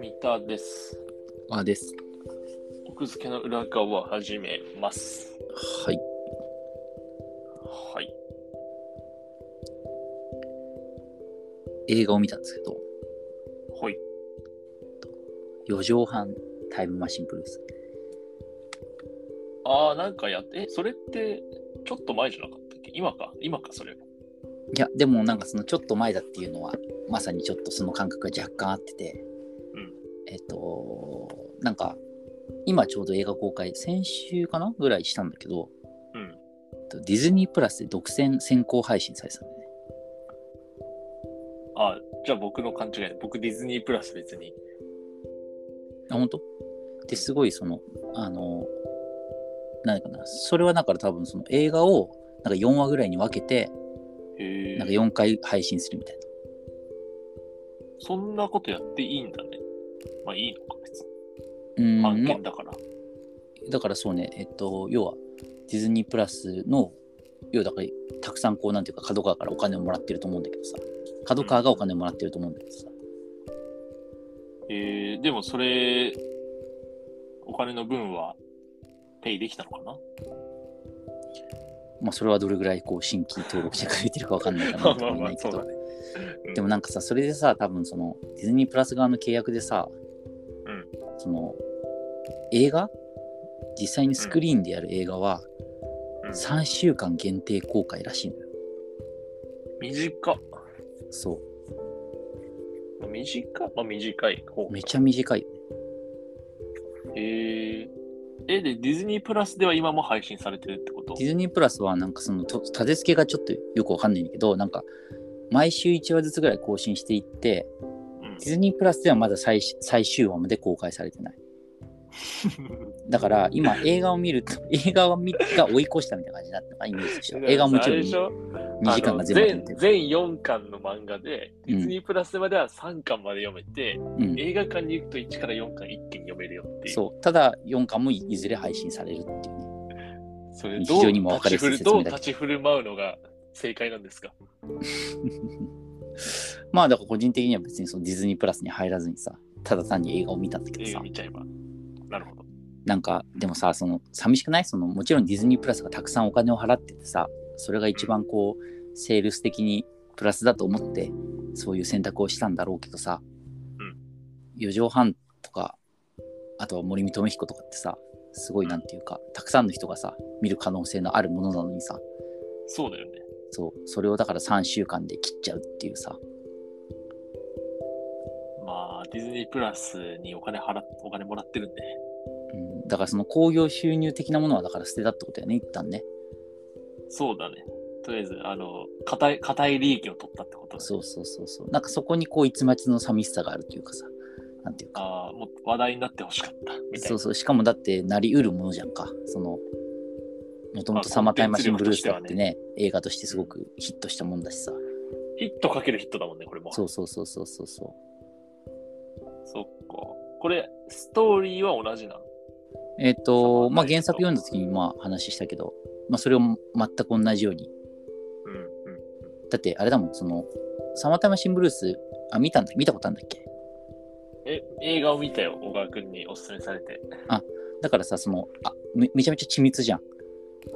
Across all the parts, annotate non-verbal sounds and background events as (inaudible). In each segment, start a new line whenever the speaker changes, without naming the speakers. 三田です。
あです。
奥付けの裏側を始めます。
はい。
はい。
映画を見たんですけど、
ほい。
4畳半タイムマシンブルース。
ああ、なんかやって、え、それってちょっと前じゃなかったっけ今か今か、それ。
いや、でもなんかそのちょっと前だっていうのは、まさにちょっとその感覚が若干あってて、
うん
えっと、なんか、今ちょうど映画公開、先週かなぐらいしたんだけど、
うん
えっとディズニープラスで独占先行配信されてたんだよね。
あーじゃあ僕の勘違いだ。僕ディズニープラス別に。
あ、本当で、すごいその、あの、なんだかな、それはだから多分その映画を、なんか4話ぐらいに分けて、
へ
なんか
え。
4回配信するみたいな。
そんなことやっていいんだね。まあいいのか、別に。
うん、
案
まあ
件だから。
だからそうね、えっと、要はディズニープラスの、要はだからたくさんこう、なんていうか、角川からお金をもらってると思うんだけどさ、角川がお金をもらってると思うんだけどさ、
えー、でもそれ、お金の分は、ペイできたのかな
まあ、それはどれぐらいこう新規登録者が増えてるかわかんないか
(laughs)
なと思えないけど、
ね。
でもなんかさ、それでさ、多分そのディズニープラス側の契約でさ、
うん
その映画実際にスクリーンでやる映画は
うん
3週間限定公開らしいのよ。
短っ。
そう。
短っまあ短い方
めちゃ短いよね。
えー、え、で、ディズニープラスでは今も配信されてるってこと
ディズニープラスはなんかそのと立て付けがちょっとよくわかんないんだけどなんか毎週1話ずつぐらい更新していって
うん
ディズニープラスではまだ最最終話まで公開されてないだから今映画を見ると (laughs) 映画を見が追い越したみたいな感じになったのかイメージと
(laughs)
しては映画はもちろ
あ
ん
れでしょ
2, 時間が全部
全
見てる
全4巻の漫画で、
う
デ
ん
ィズニープラスまでは3巻まで読めて、
うん
映画館に行くと1から4巻一気に読めるよっていう。
そうただ4巻もいいずれ配信されるっていうね
それ
非
どう
常にも分か
立
り
ち
やす
振
い
る
説明
どう
だけど
立ち振る舞うのが正解なんですか
まあだから個人的には別にそのディズニープラスに入らずにさただ単に映画を見たんだけど
映
さ
画見ちゃえば。なるほど。
なんかでもさその寂しくないそのもちろんディズニープラスがたくさんお金を払っててさそれが一番こうセールス的にプラスだと思ってそういう選択をしたんだろうけどさ、
うん
4畳半とかあとは森見智彦とかってさすごいなんていうかたくさんの人がさ見る可能性のあるものなのにさ
そうだよね。
そうそれをだから3週間で切っちゃうっていうさ
まあ、ディズニープラスにお金払っお金もらってるんで。
うんだからその興行収入的なものはだから捨てたってことやね一旦ね
そうだね。とりあえず、あの、硬い、硬い利益を取ったってことだね
そうそうそうそうなんかそこにこういつまちの寂しさがあるというかさなんていうか
ああ、もう話題になってほしかった。みたい
そう
な。
そうしかもだってなりうるものじゃんかそのもともと「サマータイムマシンブルース」だってね映画としてすごくヒットしたもんだしさ
ヒットかけるヒットだもんね、これも。。
そううそうそうそうそうそ
そっか。これ、ストーリーは同じなの。
うえっ、と
サマータ
まあ
イム
原作読んだ時にまあ話したけど、まあ、それを全く同じように
うん、うん。
だってあれだもんその「サマータイムマシンブルース」あ見たんだ見たことあるんだっけ
え、映画を見たよ、小川くんにおすすめされて。
だからさそのあめめちゃめちゃ緻密じゃん、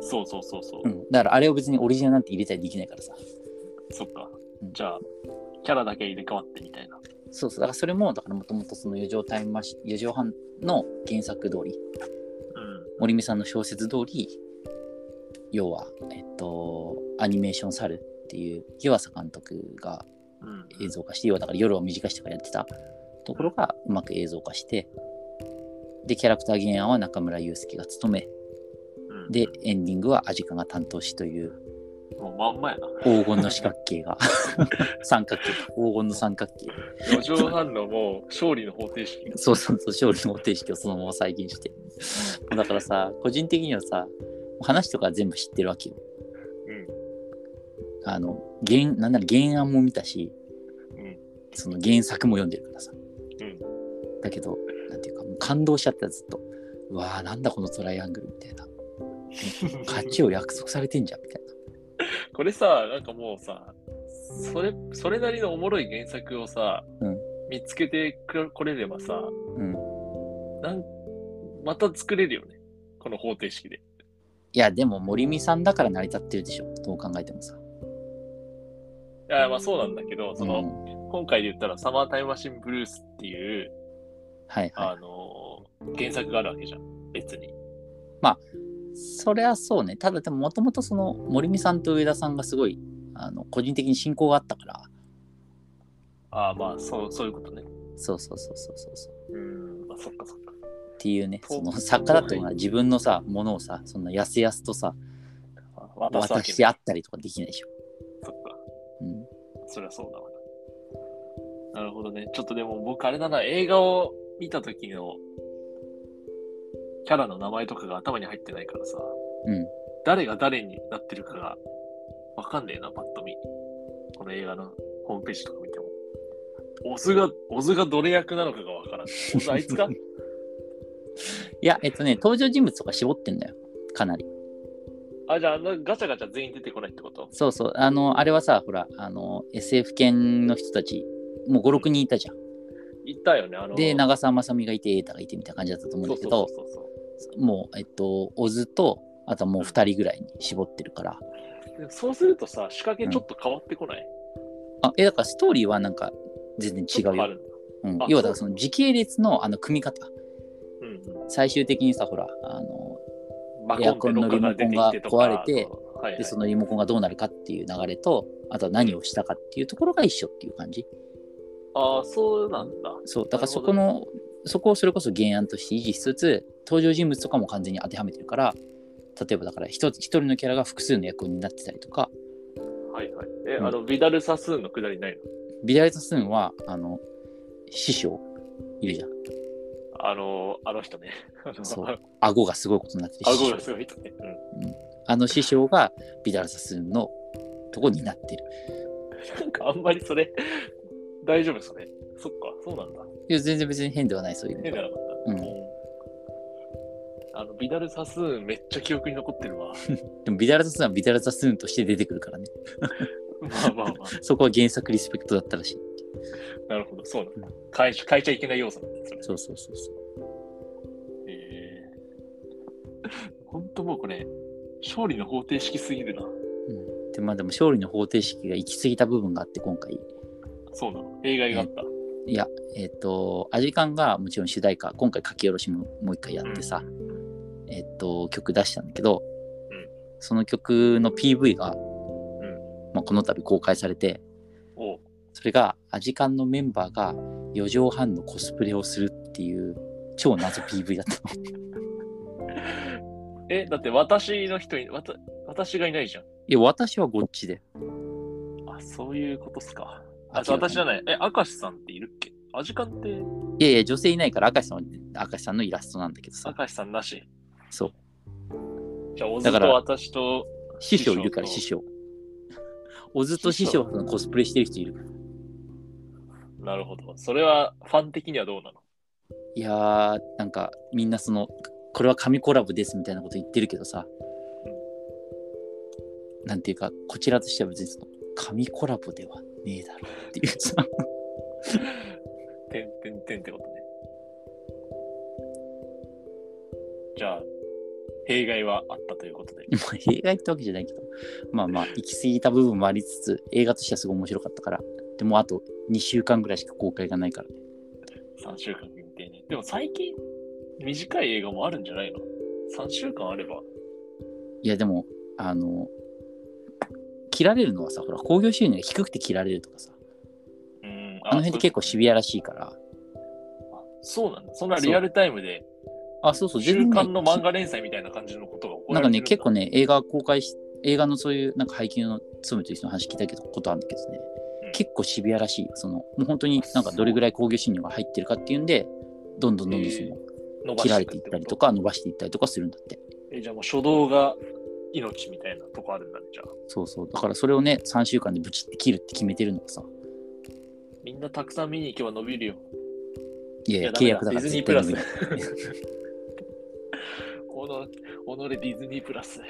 そうそうそうそう。
うん、だからあれを別にオリジナルなんて入れたりできないからさ
そっか
う。ん
じゃあ、キャラだけ入れ替わってみたいな。
そうそうだからそれもだからもともとその4畳タイムマシ4畳半の原作通り
うん。
森美さんの小説通り要は、えっと、アニメーション「猿」っていう湯浅監督が
うん、
映像化して要はだから夜を短くしてからやってたところがうまく映像化してでキャラクター原案は中村祐介が務め
うん、
でエンディングはアジカが担当しという
もうまんまやな。
黄金の四角形が三角形黄金の三角形
四畳半のもう、勝利の方程式が。
そうそうそう、勝利の方程式をそのまま再現して。だからさ、個人的にはさ、話とか全部知ってるわけよ。
うん。
あの、原、なんなら原案も見たし、
うん
その原作も読んでるからさ。
うん
だけど、なんていうか、もう感動しちゃったずっと。うわーなんだこのトライアングルみたいな。勝ちを約束されてんじゃんみたいな。
(laughs) これさ、なんかもうさ、それ、それなりのおもろい原作をさ、
うん
見つけてくこれればさ、
うん
なん、また作れるよね。この方程式で。
いや、でも森美さんだから成り立ってるでしょ。どう考えてもさ。
いや、まあそうなんだけど、その、
うん
今回で言ったら、サマータイムマシンブルースっていう、
はいはい。
あのー原作があるわけじゃん。別に。
それはそうね。ただでももともとその森美さんと上田さんがすごいあの個人的に親交があったから。
ああ、まあ、そう、そういうことね。
そうそうそうそうそうそう。
うん、まあそっかそっか。
っていうね、
そう
その作家だとは自分のさ、ものをさ、そんなやすやすとさ、
あ渡すわ
渡
け
し合ったりとかできないでしょ。
そっか。
うん、
そりゃそうだわな。なるほどね。ちょっとでも僕あれだな、映画を見た時のキャラの名前とかが頭に入ってないからさ、
うん、
誰が誰になってるかがわかんねえな、パッと見。この映画のホームページとか見ても。オズが、オズがどれ役なのかがわからん。オズあいつ
(laughs)
か
いや、えっとね、登場人物とか絞ってんだよ。かなり。
あ、じゃああのガチャガチャ全員出てこないってこと
そうそう。あの、あれはさ、ほら、あの、SF 犬の人たち、もう5、6人いたじゃん。
言ったよね、あの。
で、長澤まさみがいて、瑛太がいてみたいな感じだったと思うん
そ
だ
う
け
そ
ど、
うそうそう。
もう、えっと、小津と、あとはもう2人ぐらいに絞ってるから。
でもそうするとさ、仕掛けちょっと変わってこない、
あ、え、だからストーリーはなんか全然違
ちょっと
う
変わ
よ。
るんだ。
うん
あ、
要はだからその時系列のあの組み方。
うんうん。
最終的にさ、ほら、あの、
マ
エアコンのリモコンが壊れて、
はいはい
で、そのリモコンがどうなるかっていう流れと、あとは何をしたかっていうところが一緒っていう感じ。
ああ、そうなんだ。
そう、だから
な
そ
るほ
こ
どね
の、そこをそれこそ原案として維持しつつ、登場人物とかも完全に当てはめてるから、例えばだから一つ一人のキャラが複数の役を担ってたりとか、
はいはい。え、
うん
あの、ビダル・サスーンのくだりないの
ビダイトスーンは、あの、師匠いるじゃん。
あの、あの人ね。
そう
あの
顎がすごいことになってて師
顎
匠
がすごい人ね。うん
あの師匠がビダルサスーンのとこになってる。
なんかあんまりそれ、大丈夫それ。そっか、そうなんだ。
いや全然別に変ではないそういう
変じゃ
の。
なかった。
うん
んあの、ビダル・サスーンめっちゃ記憶に残ってる
(laughs)
わ。
でもビダルサスーンはビダルサスーンとして出てくるからね。
まあまあまあ、
そこは原作リスペクトだったらしい。
なるほど、そうなんだ。変えちゃ変えちゃいけない要素なんだ、それ。
そうそうそうそう。
えー、ほんともうこれ、勝利の方程式すぎるな。
うん、でまあでも勝利の方程式が行き過ぎた部分があって今回。
そうなの。映画があった。
いや、えっ、と、アジカンがもちろん主題歌、今回書き下ろしももう一回やってさ、えっ、と、曲出したんだけ
う
ど、
ん
その曲の PV が、
ん
まあ、この度公開されて、
おう
それがアジカンのメンバーが4畳半のコスプレをするっていう超謎 PV だったの。い (laughs)
え、だって私の人に、わた私がいないじゃん。
や、私はごっちで。
あ、そういうことっすか。
明ら
あ、
かに
私じゃない。え、明石さんっているっけアジカンって
いやいや、女性いないから、明石さんは、明石さんのイラストなんだけどさ。
明石さんなし。
そう。
じゃあ、おず
だか
と
ら
私と、
師匠いるから、師
師
匠。おずと師匠のコスプレしてる人いるから。
なるほど。それはファン的にはどうなの
いやー、なんかみんなその、これは神コラボですみたいなこと言ってるけどさ。なんていうか、こちらとしては別にその、神コラボではねえだろうっていうさ。
てんてんてんってことね。じゃあ、弊害はあったということで。
まあ、映画ってわけじゃないけど、まあまあ、行き過ぎた部分もありつつ、映画としてはすごい面白かったから、でもあと2週間ぐらいしか公開がないからね。
3週間限定ね。でも最近、短い映画もあるんじゃないの ?3 週間あれば。
いや、でも、あの、切られるのはさ、ほら、興行収入が低くて切られるとかさ、
うん。
あの辺って結構シビアらしいから、
あそうなんだ。そんなリアルタイムで、
あ、そうそう、
週
ね
刊の漫画連載みたいな感じのことが起こ
なんかね、結構
ね、
ね、映画公開し、映画のそういう、なんか配給の務めてる人の話聞いたけどことあるんだけどね、
うん
結構シビアらしいよ。その、もう本当になんかどれぐらい興行収入が入ってるかっていうんで、どんどんどんどんそ
へ
の、
伸ば
切ら
し
れていったりとか、伸ばしていったりとかするんだって。
え、じゃあもう初動が命みたいなとこあるんだね、じゃあ。
そうそう。だからそれをね、3週間でブチって切るって決めてるのがさ。
みんなたくさん見に行けば伸びるよ。
いやい
い
や、
や
契約だか
ダメだ
ら
ディズニー
絶
プラ
対に
ス
無理。
おの、おのれディズニープラス。